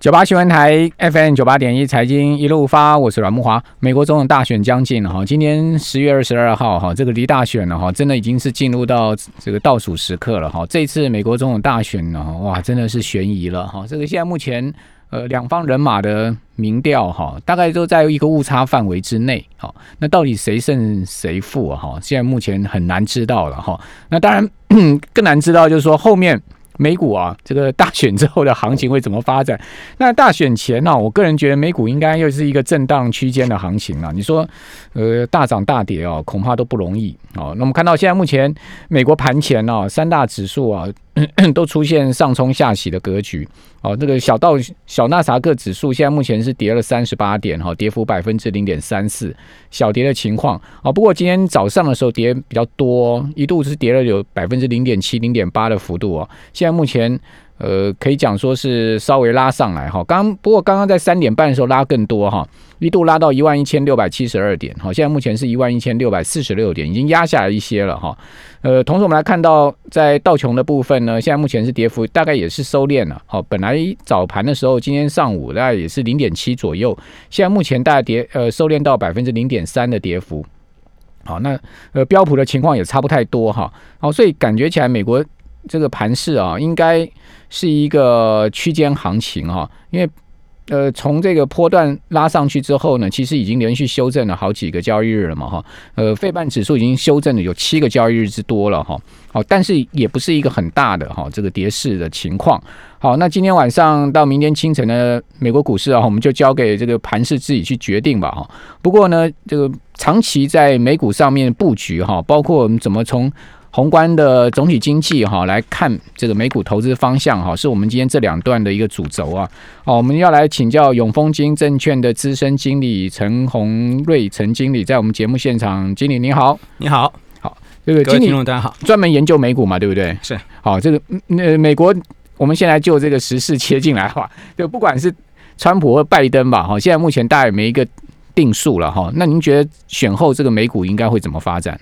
九八新闻台 FM 九八点一财经一路发，我是阮木华。美国总统大选将近了哈，今天十月二十二号哈，这个离大选了哈，真的已经是进入到这个倒数时刻了哈。这一次美国总统大选呢，哇，真的是悬疑了哈。这个现在目前呃两方人马的民调哈，大概都在一个误差范围之内哈。那到底谁胜谁负啊哈？现在目前很难知道了哈。那当然 更难知道就是说后面。美股啊，这个大选之后的行情会怎么发展？那大选前呢、啊，我个人觉得美股应该又是一个震荡区间的行情啊。你说，呃，大涨大跌哦、啊，恐怕都不容易哦。那我们看到现在目前美国盘前啊，三大指数啊 都出现上冲下洗的格局哦。这个小道小纳萨克指数现在目前是跌了三十八点哈、哦，跌幅百分之零点三四，小跌的情况啊、哦。不过今天早上的时候跌比较多、哦，一度是跌了有百分之零点七、零点八的幅度哦。现在目前。呃，可以讲说是稍微拉上来哈，刚不过刚刚在三点半的时候拉更多哈，一度拉到一万一千六百七十二点，好，现在目前是一万一千六百四十六点，已经压下来一些了哈。呃，同时我们来看到在道琼的部分呢，现在目前是跌幅大概也是收敛了，好，本来早盘的时候，今天上午大概也是零点七左右，现在目前大概跌呃收敛到百分之零点三的跌幅。好，那呃标普的情况也差不太多哈，好，所以感觉起来美国。这个盘势啊，应该是一个区间行情哈、啊，因为呃，从这个波段拉上去之后呢，其实已经连续修正了好几个交易日了嘛哈，呃，费半指数已经修正了有七个交易日之多了哈，好，但是也不是一个很大的哈这个跌势的情况。好，那今天晚上到明天清晨的美国股市啊，我们就交给这个盘市自己去决定吧哈。不过呢，这个长期在美股上面布局哈，包括我们怎么从宏观的总体经济哈，来看这个美股投资方向哈，是我们今天这两段的一个主轴啊。好，我们要来请教永丰金证券的资深经理陈宏瑞陈经理，在我们节目现场，经理你好，你好，好，这个各位经理听众大家好，专门研究美股嘛，对不对？是，好，这个嗯呃，美国，我们先来就这个时事切进来哈， 就不管是川普或拜登吧，哈，现在目前大家也没一个定数了哈。那您觉得选后这个美股应该会怎么发展？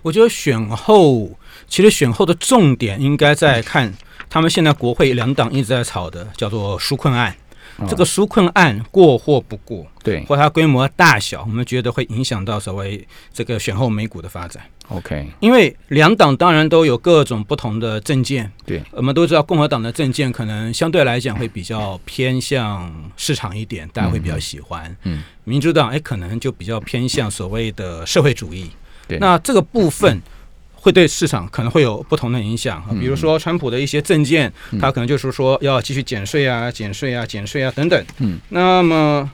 我觉得选后其实选后的重点应该在看他们现在国会两党一直在吵的叫做纾困案哦，这个纾困案过或不过，对或它规模大小，我们觉得会影响到所谓这个选后美股的发展。 ，OK，因为两党当然都有各种不同的政见，对，我们都知道共和党的政见可能相对来讲会比较偏向市场一点，大家会比较喜欢，嗯嗯民主党哎可能就比较偏向所谓的社会主义，对那这个部分。会对市场可能会有不同的影响，啊嗯比如说川普的一些政见，他可能就是说要继续减税啊、减税啊、减税啊等等。嗯，那么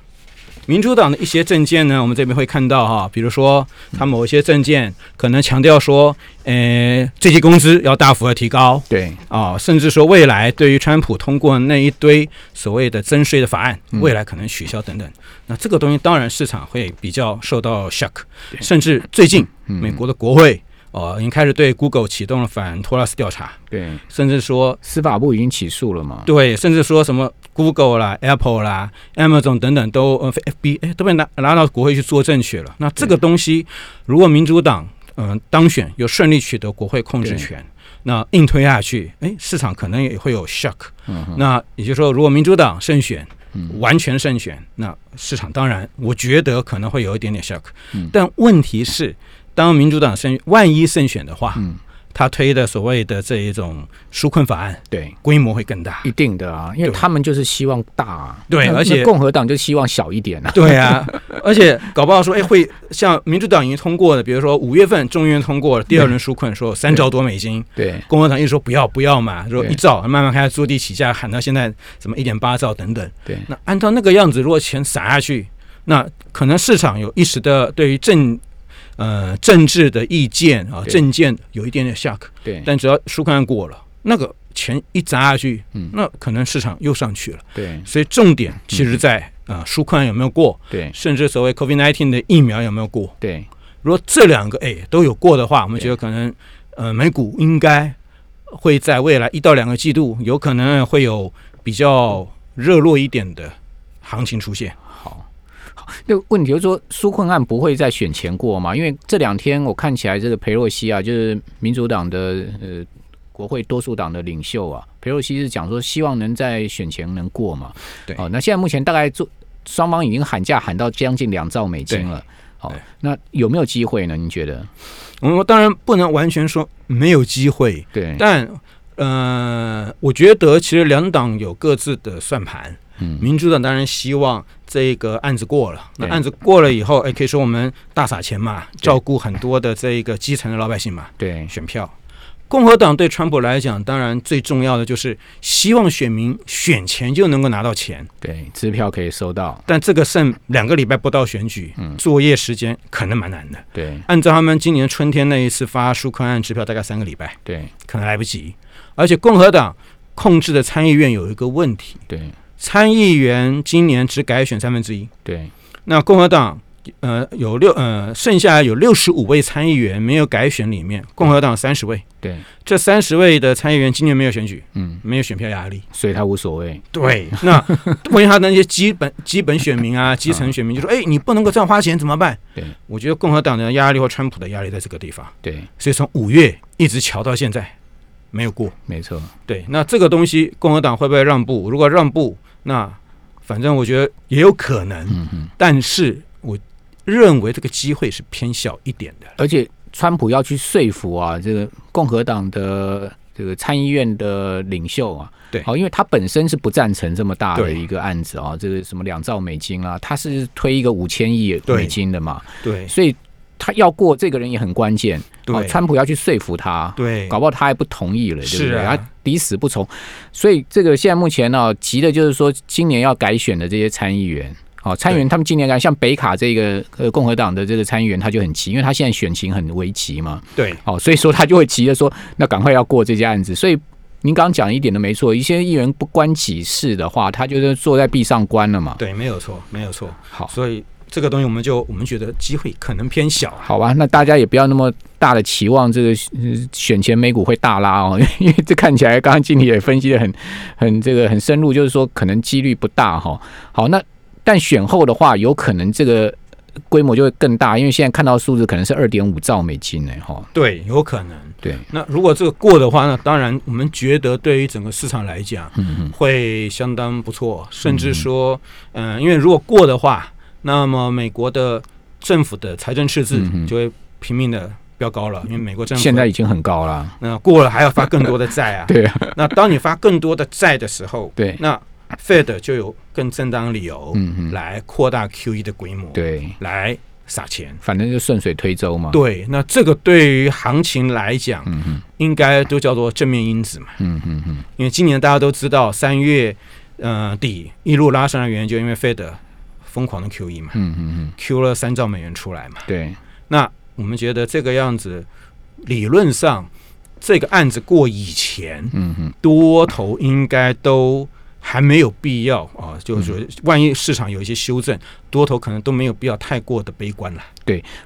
民主党的一些政见呢，我们这边会看到哈、比如说他某一些政见可能强调说，呃，最低工资要大幅的提高对，啊、甚至说未来对于川普通过那一堆所谓的增税的法案，嗯未来可能取消等等。那这个东西当然市场会比较受到 shock，甚至最近嗯美国的国会哦、呃已经开始对 Google 启动了反托拉斯调查，对，甚至说司法部已经起诉了嘛？对，甚至说什么 Google 啦、Apple 啦、Amazon 等等都呃 FB 哎都被拿拿到国会去作证去了。那这个东西，如果民主党嗯、呃当选又顺利取得国会控制对权，那硬推下去，哎，市场可能也会有 shock。嗯哼嗯那也就是说，如果民主党胜选，完全胜选，那市场当然我觉得可能会有一点点 shock 嗯。但问题是，当民主党胜万一胜选的话，嗯他推的所谓的这一种纾困法案对，规模会更大。一定的啊，因为对他们就是希望大、啊，对那而且那共和党就希望小一点啊。 对啊，而且搞不好说，哎，会像民主党已经通过的，比如说五月份众议院通过了第二轮纾困，说有三兆多美金，对共和党一直说不要不要嘛，说对一兆，慢慢开始坐地起价，喊到现在什么一点八兆等等。对那按照那个样子，如果钱撒下去，那可能市场有一时的对于政呃政治的意见啊对政见有一点点 shock，对但只要纾困案过了，那个钱一砸下去嗯，那可能市场又上去了。对所以重点其实在嗯啊纾困案有没有过。对甚至所谓 COVID-19 的疫苗有没有过？对，如果这两个哎都有过的话，我们对觉得可能呃美股应该会在未来一到两个季度有可能会有比较热络一点的行情出现。好。好那问题就是说，纾困案不会在选前过嘛？因为这两天我看起来，这个佩洛西啊，就是民主党的呃国会多数党的领袖啊，佩佩洛西是讲说希望能在选前能过嘛。对哦，那现在目前大概做双方已经喊价喊到将近两兆美金了。好对，那有没有机会呢？你觉得？我们当然不能完全说没有机会，对，但呃，我觉得其实两党有各自的算盘。嗯民主党当然希望这个案子过了，那对案子过了以后，哎，可以说我们大撒钱嘛，对照顾很多的这一个基层的老百姓嘛，对，选票。共和党对川普来讲，当然最重要的就是希望选民选前就能够拿到钱，对，支票可以收到。但这个剩两个礼拜不到选举嗯，作业时间可能蛮难的。对，按照他们今年春天那一次发纾困案支票，大概三个礼拜。对，可能来不及。而且共和党控制的参议院有一个问题，对，参议员今年只改选三分之一。对，那共和党呃有六呃剩下有六十五位参议员没有改选，里面共和党三十位，对，这三十位的参议员今年没有选举，嗯，没有选票压力。所以他无所谓。对， 那问他的那些基本基本选民啊，基层选民就说：“哎，你不能够这样花钱怎么办？”对，我觉得共和党的压力或川普的压力在这个地方，对，所以从五月一直瞧到现在，没有过。没错。对，那这个东西共和党会不会让步？如果让步，那反正我觉得也有可能，嗯嗯，但是我认为这个机会是偏小一点的。而且川普要去说服啊，这个共和党的这个参议院的领袖啊，对好、因为他本身是不赞成这么大的对一个案子啊，这个什么两兆美金啊，他是推一个五千亿对美金的嘛，对所以他要过这个人也很关键。好川普要去说服他，对哦搞不好他还不同意了，对不是对？啊他抵死不从，所以这个现在目前呢、急的就是说今年要改选的这些参议员。哦，参议员他们今年改，像北卡这个呃共和党的这个参议员，他就很急，因为他现在选情很危急嘛，对哦，所以说他就会急着说，那赶快要过这件案子。所以您刚刚讲的一点都没错，一些议员不关己事的话，他就是坐在壁上观了嘛。对，没有错，没有错。好，所以这个东西我们就我们觉得机会可能偏小啊。好吧，那大家也不要那么大的期望，这个呃选前美股会大拉哦， 因为这看起来刚刚经理也分析的很很这个很深入，就是说可能几率不大哈、好，那但选后的话，有可能这个规模就会更大，因为现在看到数字可能是二点五兆美金呢哦哈、对，有可能。对，那如果这个过的话呢，当然我们觉得对于整个市场来讲，嗯嗯，会相当不错，甚至说，嗯、因为如果过的话，那么美国的政府的财政赤字嗯哼就会拼命的飙高了，因为美国政府现在已经很高了，。那、过了还要发更多的债啊 对啊，那当你发更多的债的时候，对，那 Fed 就有更正当理由嗯嗯，来扩大 QE 的规模，对，来撒钱。反正就顺水推舟嘛。，对，那这个对于行情来讲，嗯嗯应该都叫做正面因子嘛。嗯嗯嗯，因为今年大家都知道，三月呃底一路拉上来的原因，就因为 Fed 疯狂的 QE 嘛嗯嗯嗯， ，Q 了三兆美元出来嘛。对，那我们觉得这个样子，理论上这个案子过以前，嗯嗯。多头应该都还没有必要啊，就是说万一市场有一些修正，多头可能都没有必要太过的悲观了。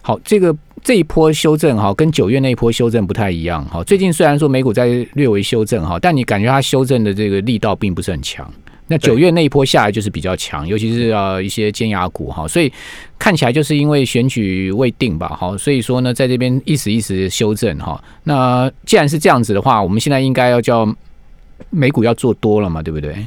好，这个这一波修正哈，跟九月那一波修正不太一样哈。最近虽然说美股在略微修正哈，但你感觉它修正的这个力道并不是很强。那对九月那一波下来就是比较强，尤其是呃一些尖牙股哈，所以看起来就是因为选举未定吧，哈，所以说呢，在这边一时一时修正哈。那既然是这样子的话，我们现在应该要叫美股要做多了嘛，对不对？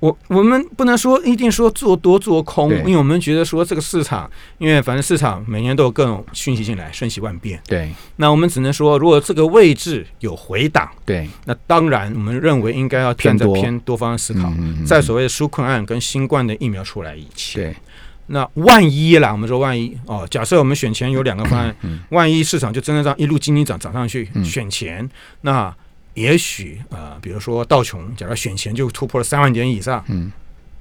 我我们不能说一定说做多做空，对因为我们觉得说这个市场，因为反正市场每年都有各种讯息进来，瞬息万变。对那我们只能说，如果这个位置有回档，对，那当然我们认为应该要站在偏多偏多方思考。嗯在所谓的纾困案跟新冠的疫苗出来以前，对那万一啦，我们说万一哦，假设我们选前有两个方案，嗯万一市场就真的这样一路经济涨涨上去，嗯选前那也许呃，比如说道琼，假如选前就突破了三万点以上，嗯。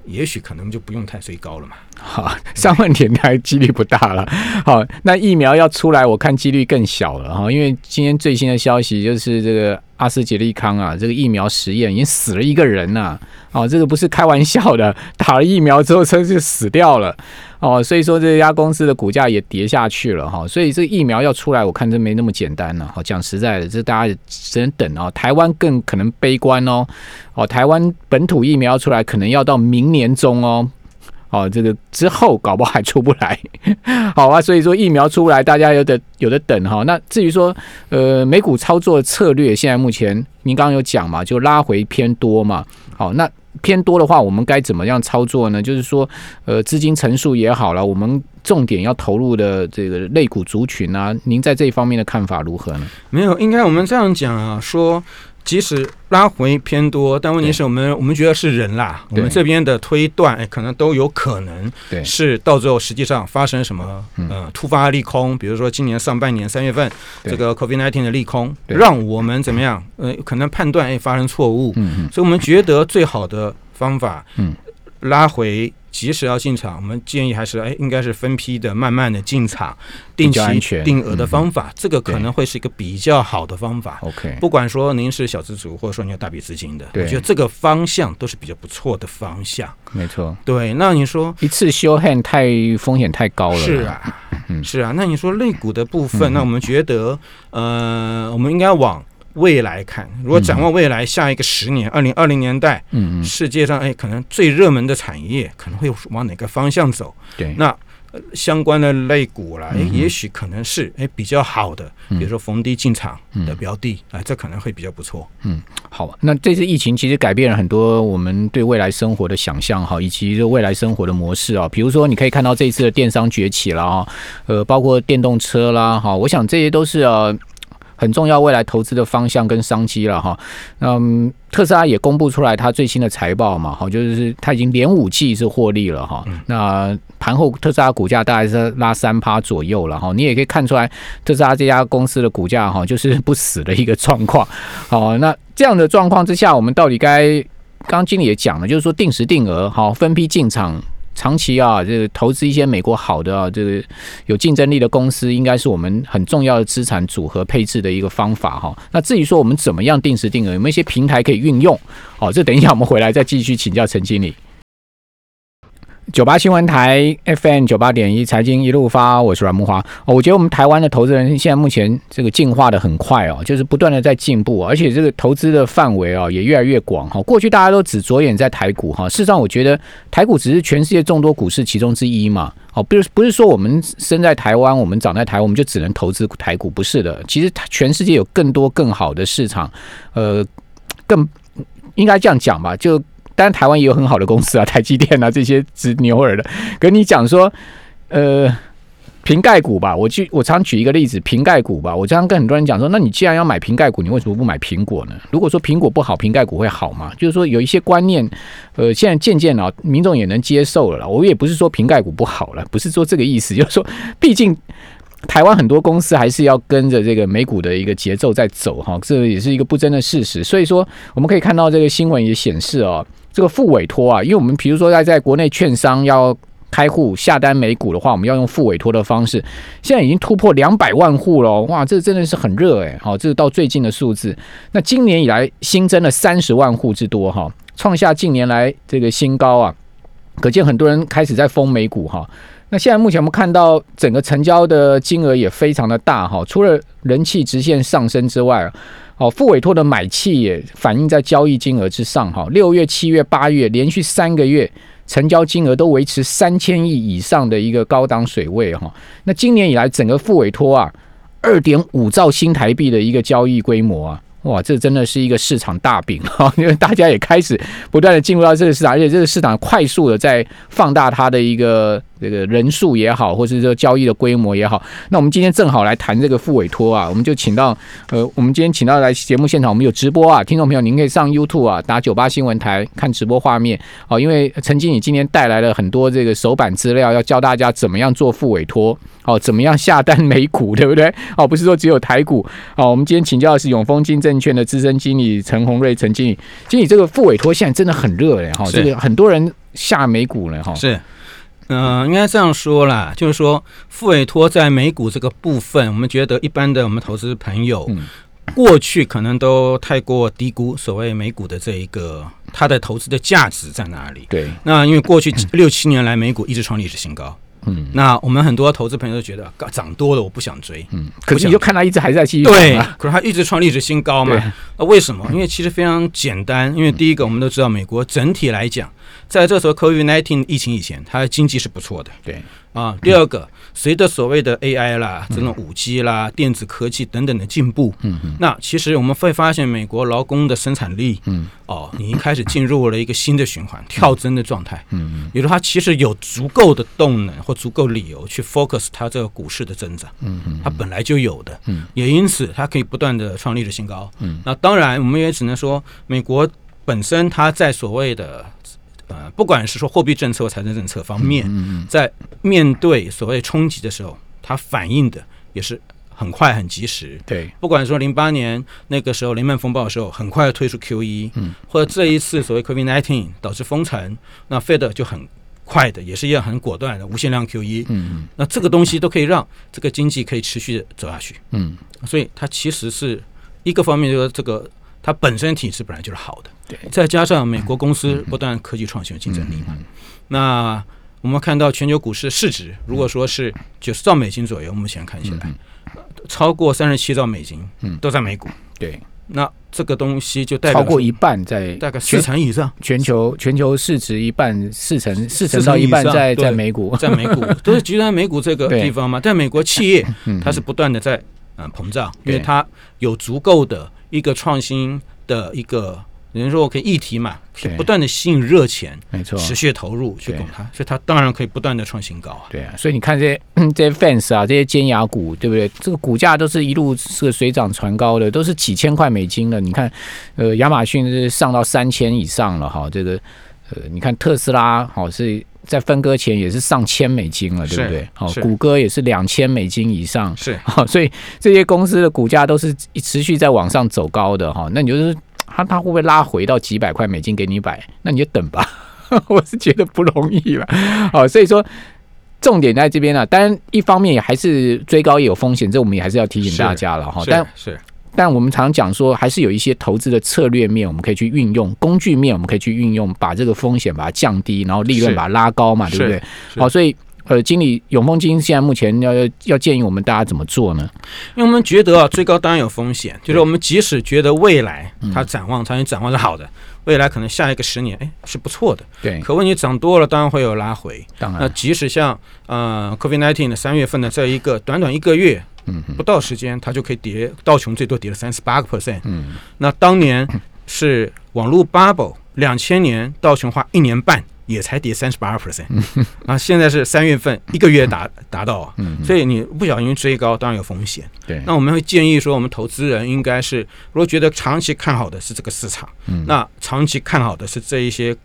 也许可能就不用太追高了嘛。好，上万点台几率不大了。好，那疫苗要出来，我看几率更小了哈，因为今天最新的消息就是这个阿斯捷利康啊，这个疫苗实验已经死了一个人呐、哦，这个不是开玩笑的，打了疫苗之后车就死掉了。哦，所以说这家公司的股价也跌下去了哈、所以这个疫苗要出来，我看真没那么简单了、好、讲实在的，这大家只能等哦。台湾更可能悲观哦，哦，台湾本土疫苗出来可能要到明年中哦，哦，这个之后搞不好还出不来， 好啊，所以说疫苗出不来，大家有的有的等哈、那至于说呃美股操作策略，现在目前您刚刚有讲嘛，就拉回偏多嘛，好、那偏多的话，我们该怎么样操作呢？就是说呃资金层数也好了，我们重点要投入的这个类股族群啊，您在这一方面的看法如何呢？没有，应该我们这样讲啊，说即使拉回偏多，但问题是我们我们觉得是人啦，我对们这边的推断、哎可能都有可能对嗯是到最后实际上发生什么呃突发利空，比如说今年上半年三月份对这个 COVID-19 的利空，对让我们怎么样呃可能判断哎发生错误，嗯嗯，所以我们觉得最好的方法，嗯，拉回。及时要进场，我们建议还是哎，应该是分批的、慢慢的进场，定比较安期全定额的嗯方法，这个可对能会是一个比较好的方法。 OK，不管说您是小资族，或者说你有大笔资金的，对我觉得这个方向都是比较不错的方向。没错，对，那你说一次修 hand 太风险太高了嗯啦，是啊，是啊，那你说肋骨的部分，那我们觉得，呃，我们应该往未来看。如果嗯展望未来下一个十年，二零二零年代，嗯，嗯嗯，世界上哎，可能最热门的产业可能会往哪个方向走？对，那呃相关的类股啦，哎嗯哼也许可能是哎比较好的，比如说逢低进场的嗯。标的，哎，这可能会比较不错。好吧，那这次疫情其实改变了很多我们对未来生活的想象哈，以及这未来生活的模式啊。比如说，你可以看到这一次的电商崛起了啊，呃，包括电动车啦哈，我想这些都是呃很重要未来投资的方向跟商机了哈。嗯，特斯拉也公布出来它最新的财报嘛，哈，就是它已经连五季是获利了哈。那盘后特斯拉股价大概是拉三趴左右了哈，你也可以看出来特斯拉这家公司的股价哈就是不死的一个状况。好，那这样的状况之下，我们到底该？刚刚经理也讲了，就是说定时定额，好分批进场，长期啊，这个投资一些美国好的啊，这个有竞争力的公司，应该是我们很重要的资产组合配置的一个方法哈。那至于说我们怎么样定时定额，有没有一些平台可以运用？好，这等一下我们回来再继续请教陈经理。九八新闻台 FM 九八点一财经一路发，我是阮木华。哦，我觉得我们台湾的投资人现在目前这个进化的很快哦，就是不断的在进步，哦而且这个投资的范围哦也越来越广哈、哦。过去大家都只着眼在台股哈、事实上我觉得台股只是全世界众多股市其中之一嘛。哦，不是不是说我们生在台湾，我们长在台湾，我们就只能投资台股，不是的。其实它全世界有更多更好的市场，呃，更应该这样讲吧，就。当然，台湾也有很好的公司啊，台积电啊这些直牛耳的。跟你讲说，呃，瓶盖股吧，我举我常举一个例子，瓶盖股吧，我常跟很多人讲说，那你既然要买瓶盖股，你为什么不买苹果呢？如果说苹果不好，瓶盖股会好吗？就是说有一些观念，呃，现在渐渐啊，民众也能接受了啦。我也不是说瓶盖股不好了，不是说这个意思，就是说，毕竟。台湾很多公司还是要跟着这个美股的一个节奏在走哈，这也是一个不争的事实。所以说，我们可以看到这个新闻也显示哦，这个副委托啊，因为我们比如说在在国内券商要开户下单美股的话，我们要用副委托的方式，现在已经突破两百万户了哦，哇，这真的是很热哎，好、这是到最近的数字。那今年以来新增了三十万户之多哈、创下近年来这个新高啊，可见很多人开始在疯美股哈、那现在目前我们看到整个成交的金额也非常的大哈、除了人气直线上升之外啊，哦，付委托的买气也反映在交易金额之上哈。六月、七月、八月连续三个月成交金额都维持三千亿以上的一个高档水位哈。那今年以来，整个付委托啊，二点五兆新台币的一个交易规模啊。哇，这真的是一个市场大饼哈， 因为大家也开始不断的进入到这个市场，而且这个市场快速的在放大它的一个这个人数也好，或是说交易的规模也好。那我们今天正好来谈这个付委托啊，我们就请到呃，我们今天请到来节目现场，我们有直播啊，听众朋友您可以上 YouTube 啊，打九八新闻台看直播画面哦。因为陈经理今天带来了很多这个手板资料，要教大家怎么样做副委托哦，怎么样下单美股，对不对？哦，不是说只有台股哦。我们今天请教的是永丰金证券的资深经理陈宏瑞陈经理，经理这个副委托现在真的很热嘞哈，这是个很多人下美股了哈。是，嗯、应该这样说啦，就是说付委托在美股这个部分，我们觉得一般的我们投资朋友。嗯过去可能都太过低估所谓美股的这一个它的投资的价值在哪里？对，那因为过去六七年来美股一直创历史新高，嗯那我们很多投资朋友都觉得啊涨多了我不想追，嗯，可是你就看他一直还在继续对涨啊，可是它一直创历史新高嘛对？啊，为什么？因为其实非常简单，因为第一个我们都知道，美国整体来讲，在这时候 COVID-19 疫情以前，它的经济是不错的对，啊。嗯第二个，随着所谓的 AI 啦、这种五 G 啦、电子科技等等的进步，嗯嗯那其实我们会发现，美国劳工的生产力嗯哦，已经开始进入了一个新的循环，跳增的状态。嗯也就是它其实有足够的动能或足够理由去 focus 它这个股市的增长，嗯嗯它本来就有的，嗯也因此它可以不断的创历史新高。嗯，那当然我们也只能说，美国本身它在所谓的呃，不管是说货币政策或财政政策方面，嗯在面对所谓冲击的时候，它反应的也是很快很及时。对，不管说零八年那个时候雷曼风暴的时候，很快地推出 QE，嗯，或者这一次所谓 COVID-19 导致封城，那 Fed 就很快的，也是一样很果断的无限量 QE，嗯那这个东西都可以让这个经济可以持续的走下去，嗯所以它其实是一个方面就是这个它本身体制本来就是好的，对嗯再加上美国公司不断科技创新的竞争力嘛，那我们看到全球股市市值如果说是九十兆美金左右，目前看起来嗯超过三十七兆美金嗯，都在美股。对，那这个东西就代表超过说一半在大概四全成以上全球全球市值一半四成四成四到成一以半上在在对美股， 在美 股，都是集中在美股这个对地方嘛。但美国企业嗯它是不断的在嗯、呃膨胀，因为对它有足够的一个创新的一个，人说可以议题嘛，可以对不断的吸引热钱，没错，持续地投入去对拱它，所以它当然可以不断的创新高啊。对啊，所以你看这些 这些 fans 啊，这些尖牙股，对不对？这个股价都是一路是水涨船高的，都是几千块美金了。你看，呃，亚马逊是上到三千以上了哈，这个呃，你看特斯拉好、是在分割前也是上千美金了，对不对是？好、是谷歌也是两千美金以上。 是好、所以这些公司的股价都是持续在往上走高的哈、那你就是它它会不会拉回到几百块美金给你买？那你就等吧， 我是觉得不容易了。好、所以说重点在这边呢、啊当然一方面也还是追高也有风险，这我们也还是要提醒是大家了哈。是但是但我们常讲说，还是有一些投资的策略面，我们可以去运用；工具面，我们可以去运用，把这个风险把它降低，然后利润是把它拉高嘛，对不是对？是好、所以呃，经理永丰金现在目前要要要建议我们大家怎么做呢？因为我们觉得啊，最高当然有风险，就是我们即使觉得未来嗯它展望，它展望是好的，未来可能下一个十年，哎，是不错的。对，可问题涨多了，当然会有拉回。当那然，即使像呃 COVID-19 的三月份的这一个短短一个月嗯不到时间，它就可以跌，道琼最多跌了三十八个 percent。嗯，那当年是网络 bubble，两千年道琼花一年半也才跌三十 八 percent，啊，现在是三月份一个月达达到啊，嗯所以你不小心追高，当然有风险。对，那我们会建议说，我们投资人应该是，如果觉得长期看好的是这个市场，嗯那长期看好的是这一些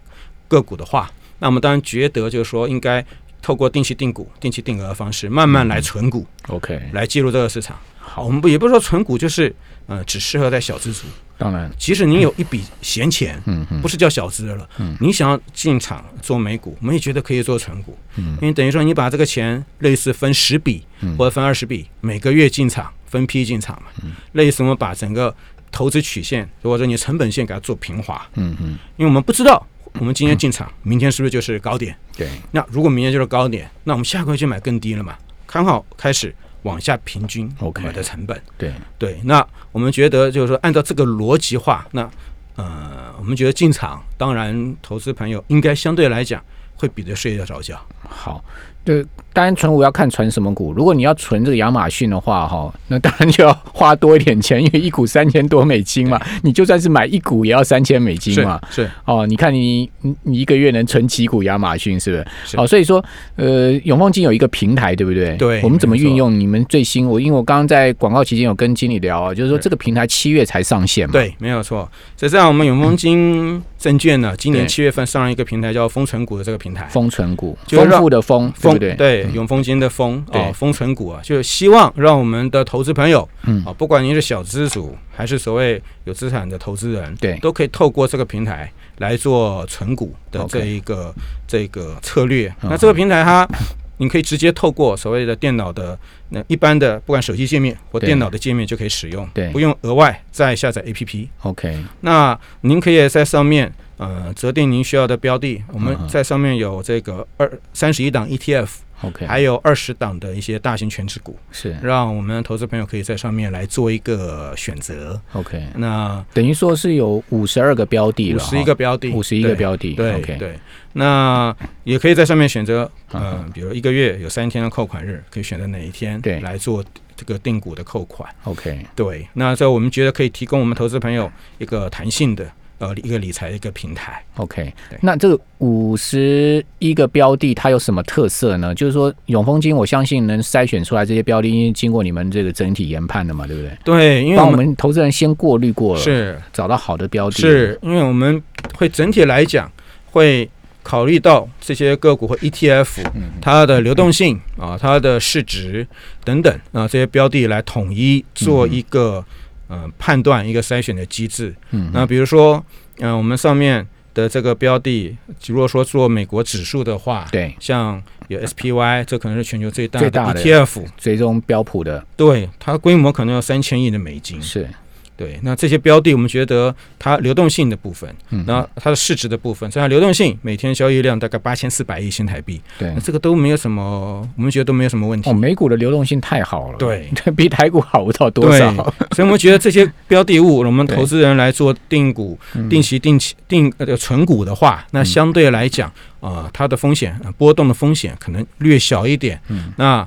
个股的话，那我们当然觉得就是说，应该透过定期定股、定期定额的方式，慢慢来存股， OK，来介入这个市场。好我们不也不是说存股就是，呃，只适合在小资族，当然，即使您有一笔闲钱。嗯嗯不是叫小资了，你想要进场做美股，我们也觉得可以做存股，嗯因为等于说你把这个钱类似分十笔嗯或者分二十笔，每个月进场，分批进场嘛，类似我们把整个投资曲线或者你成本线给它做平滑，嗯嗯，因为我们不知道我们今天进场， 明天是不是就是高点？对，那如果明天就是高点，那我们下个月就买更低了嘛，刚好开始往下平均 OK 我们的成本。对，对，那我们觉得就是说，按照这个逻辑化，那呃，我们觉得进场，当然投资朋友应该相对来讲会比得睡得着觉。好，对，当然存股要看存什么股。如果你要存这个亚马逊的话，哈，那当然就要花多一点钱，因为一股三千多美金 嘛，你就算是买一股也要三千美金嘛。是哦，你看你你你一个月能存几股亚马逊是不是？是哦，所以说，呃，永丰金有一个平台，对不对？对我们怎么没错运用？你们最新，我因为我刚刚在广告期间有跟经理聊啊，就是说是这个平台七月才上线嘛。，对，没有错。实际上，我们永丰金证券呢，今年对七月份上了一个平台叫“丰存股”的这个平台。丰存股，就是丰让富的丰，对丰不对？嗯永丰金的丰对哦，丰存股啊，就是希望让我们的投资朋友，嗯啊，不管您是小资主还是所谓有资产的投资人，对都可以透过这个平台来做存股的 OK 这一个这个策略。嗯那这个平台它，你可以直接透过所谓的电脑的那一般的不管手机界面或对电脑的界面就可以使用，对不用额外再下载 APP。 OK，那您可以在上面呃择定您需要的标的，我们嗯嗯在上面有这个二三十一档 E ETF， OK，还有二十档的一些大型全指股，是让我们投资朋友可以在上面来做一个选择。 OK，那等于说是有五十二个标的五了，十一个标的，五十一个标的，对 OK，对，那也可以在上面选择，嗯嗯，比如一个月有三天的扣款日，可以选择哪一天对来做这个定股的扣款。 OK，对，那这我们觉得可以提供我们投资朋友一个弹性的呃一个理财的一个平台。 OK，对那这五十一个标的它有什么特色呢？就是说永丰金，我相信能筛选出来这些标的，因为经过你们这个整体研判的嘛，对不对？对，因为帮我我们们投资人先过滤过了，是找到好的标的，是因为我们会整体来讲会考虑到这些个股和 ETF 嗯，它的流动性啊、它的市值等等啊这些标的来统一做一个呃判断一个筛选的机制。嗯那比如说，嗯、我们上面的这个标的，如果说做美国指数的话，对，像有 SPY，这可能是全球最大最的大的 ETF，追踪标普的对它规模可能要三千亿的美金。是，对，那这些标的，我们觉得它流动性的部分，嗯，那它的市值的部分，所以它流动性每天交易量大概八千四百亿新台币，对那，这个都没有什么，我们觉得都没有什么问嗯题哦，。美股的流动性太好了，，对， 比台股好不到多少，所以我们觉得这些标的物，我们对投资人来做定股、嗯定期、定期、定呃存股的话，那嗯相对来讲，呃，它的风险、呃波动的风险可能略小一点。嗯那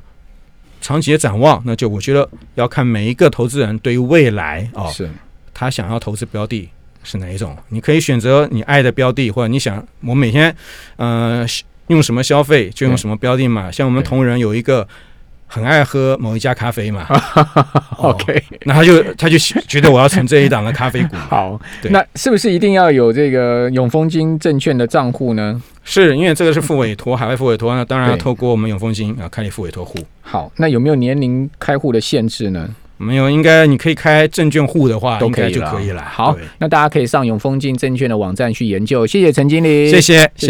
长期的展望，那就我觉得要看每一个投资人对于未来哦， 是他想要投资标的是哪一种？你可以选择你爱的标的，或者你想我每天呃是用什么消费就用什么标的嘛。像我们对同仁有一个很爱喝某一家咖啡 嘛，哦，OK，那他就他就 觉得我要存这一档的咖啡股嘛，好，对那是不是一定要有这个永丰金证券的账户呢？ 是因为这个是付委托，海外付委托，那当然要对透过我们永丰金啊开立付委托户。好，那有没有年龄开户的限制呢？没有，应该你可以开证券户的话，都啊应可该以就了。可以了。好对，那大家可以上永丰金证券的网站去研究。谢谢陈经理，谢谢。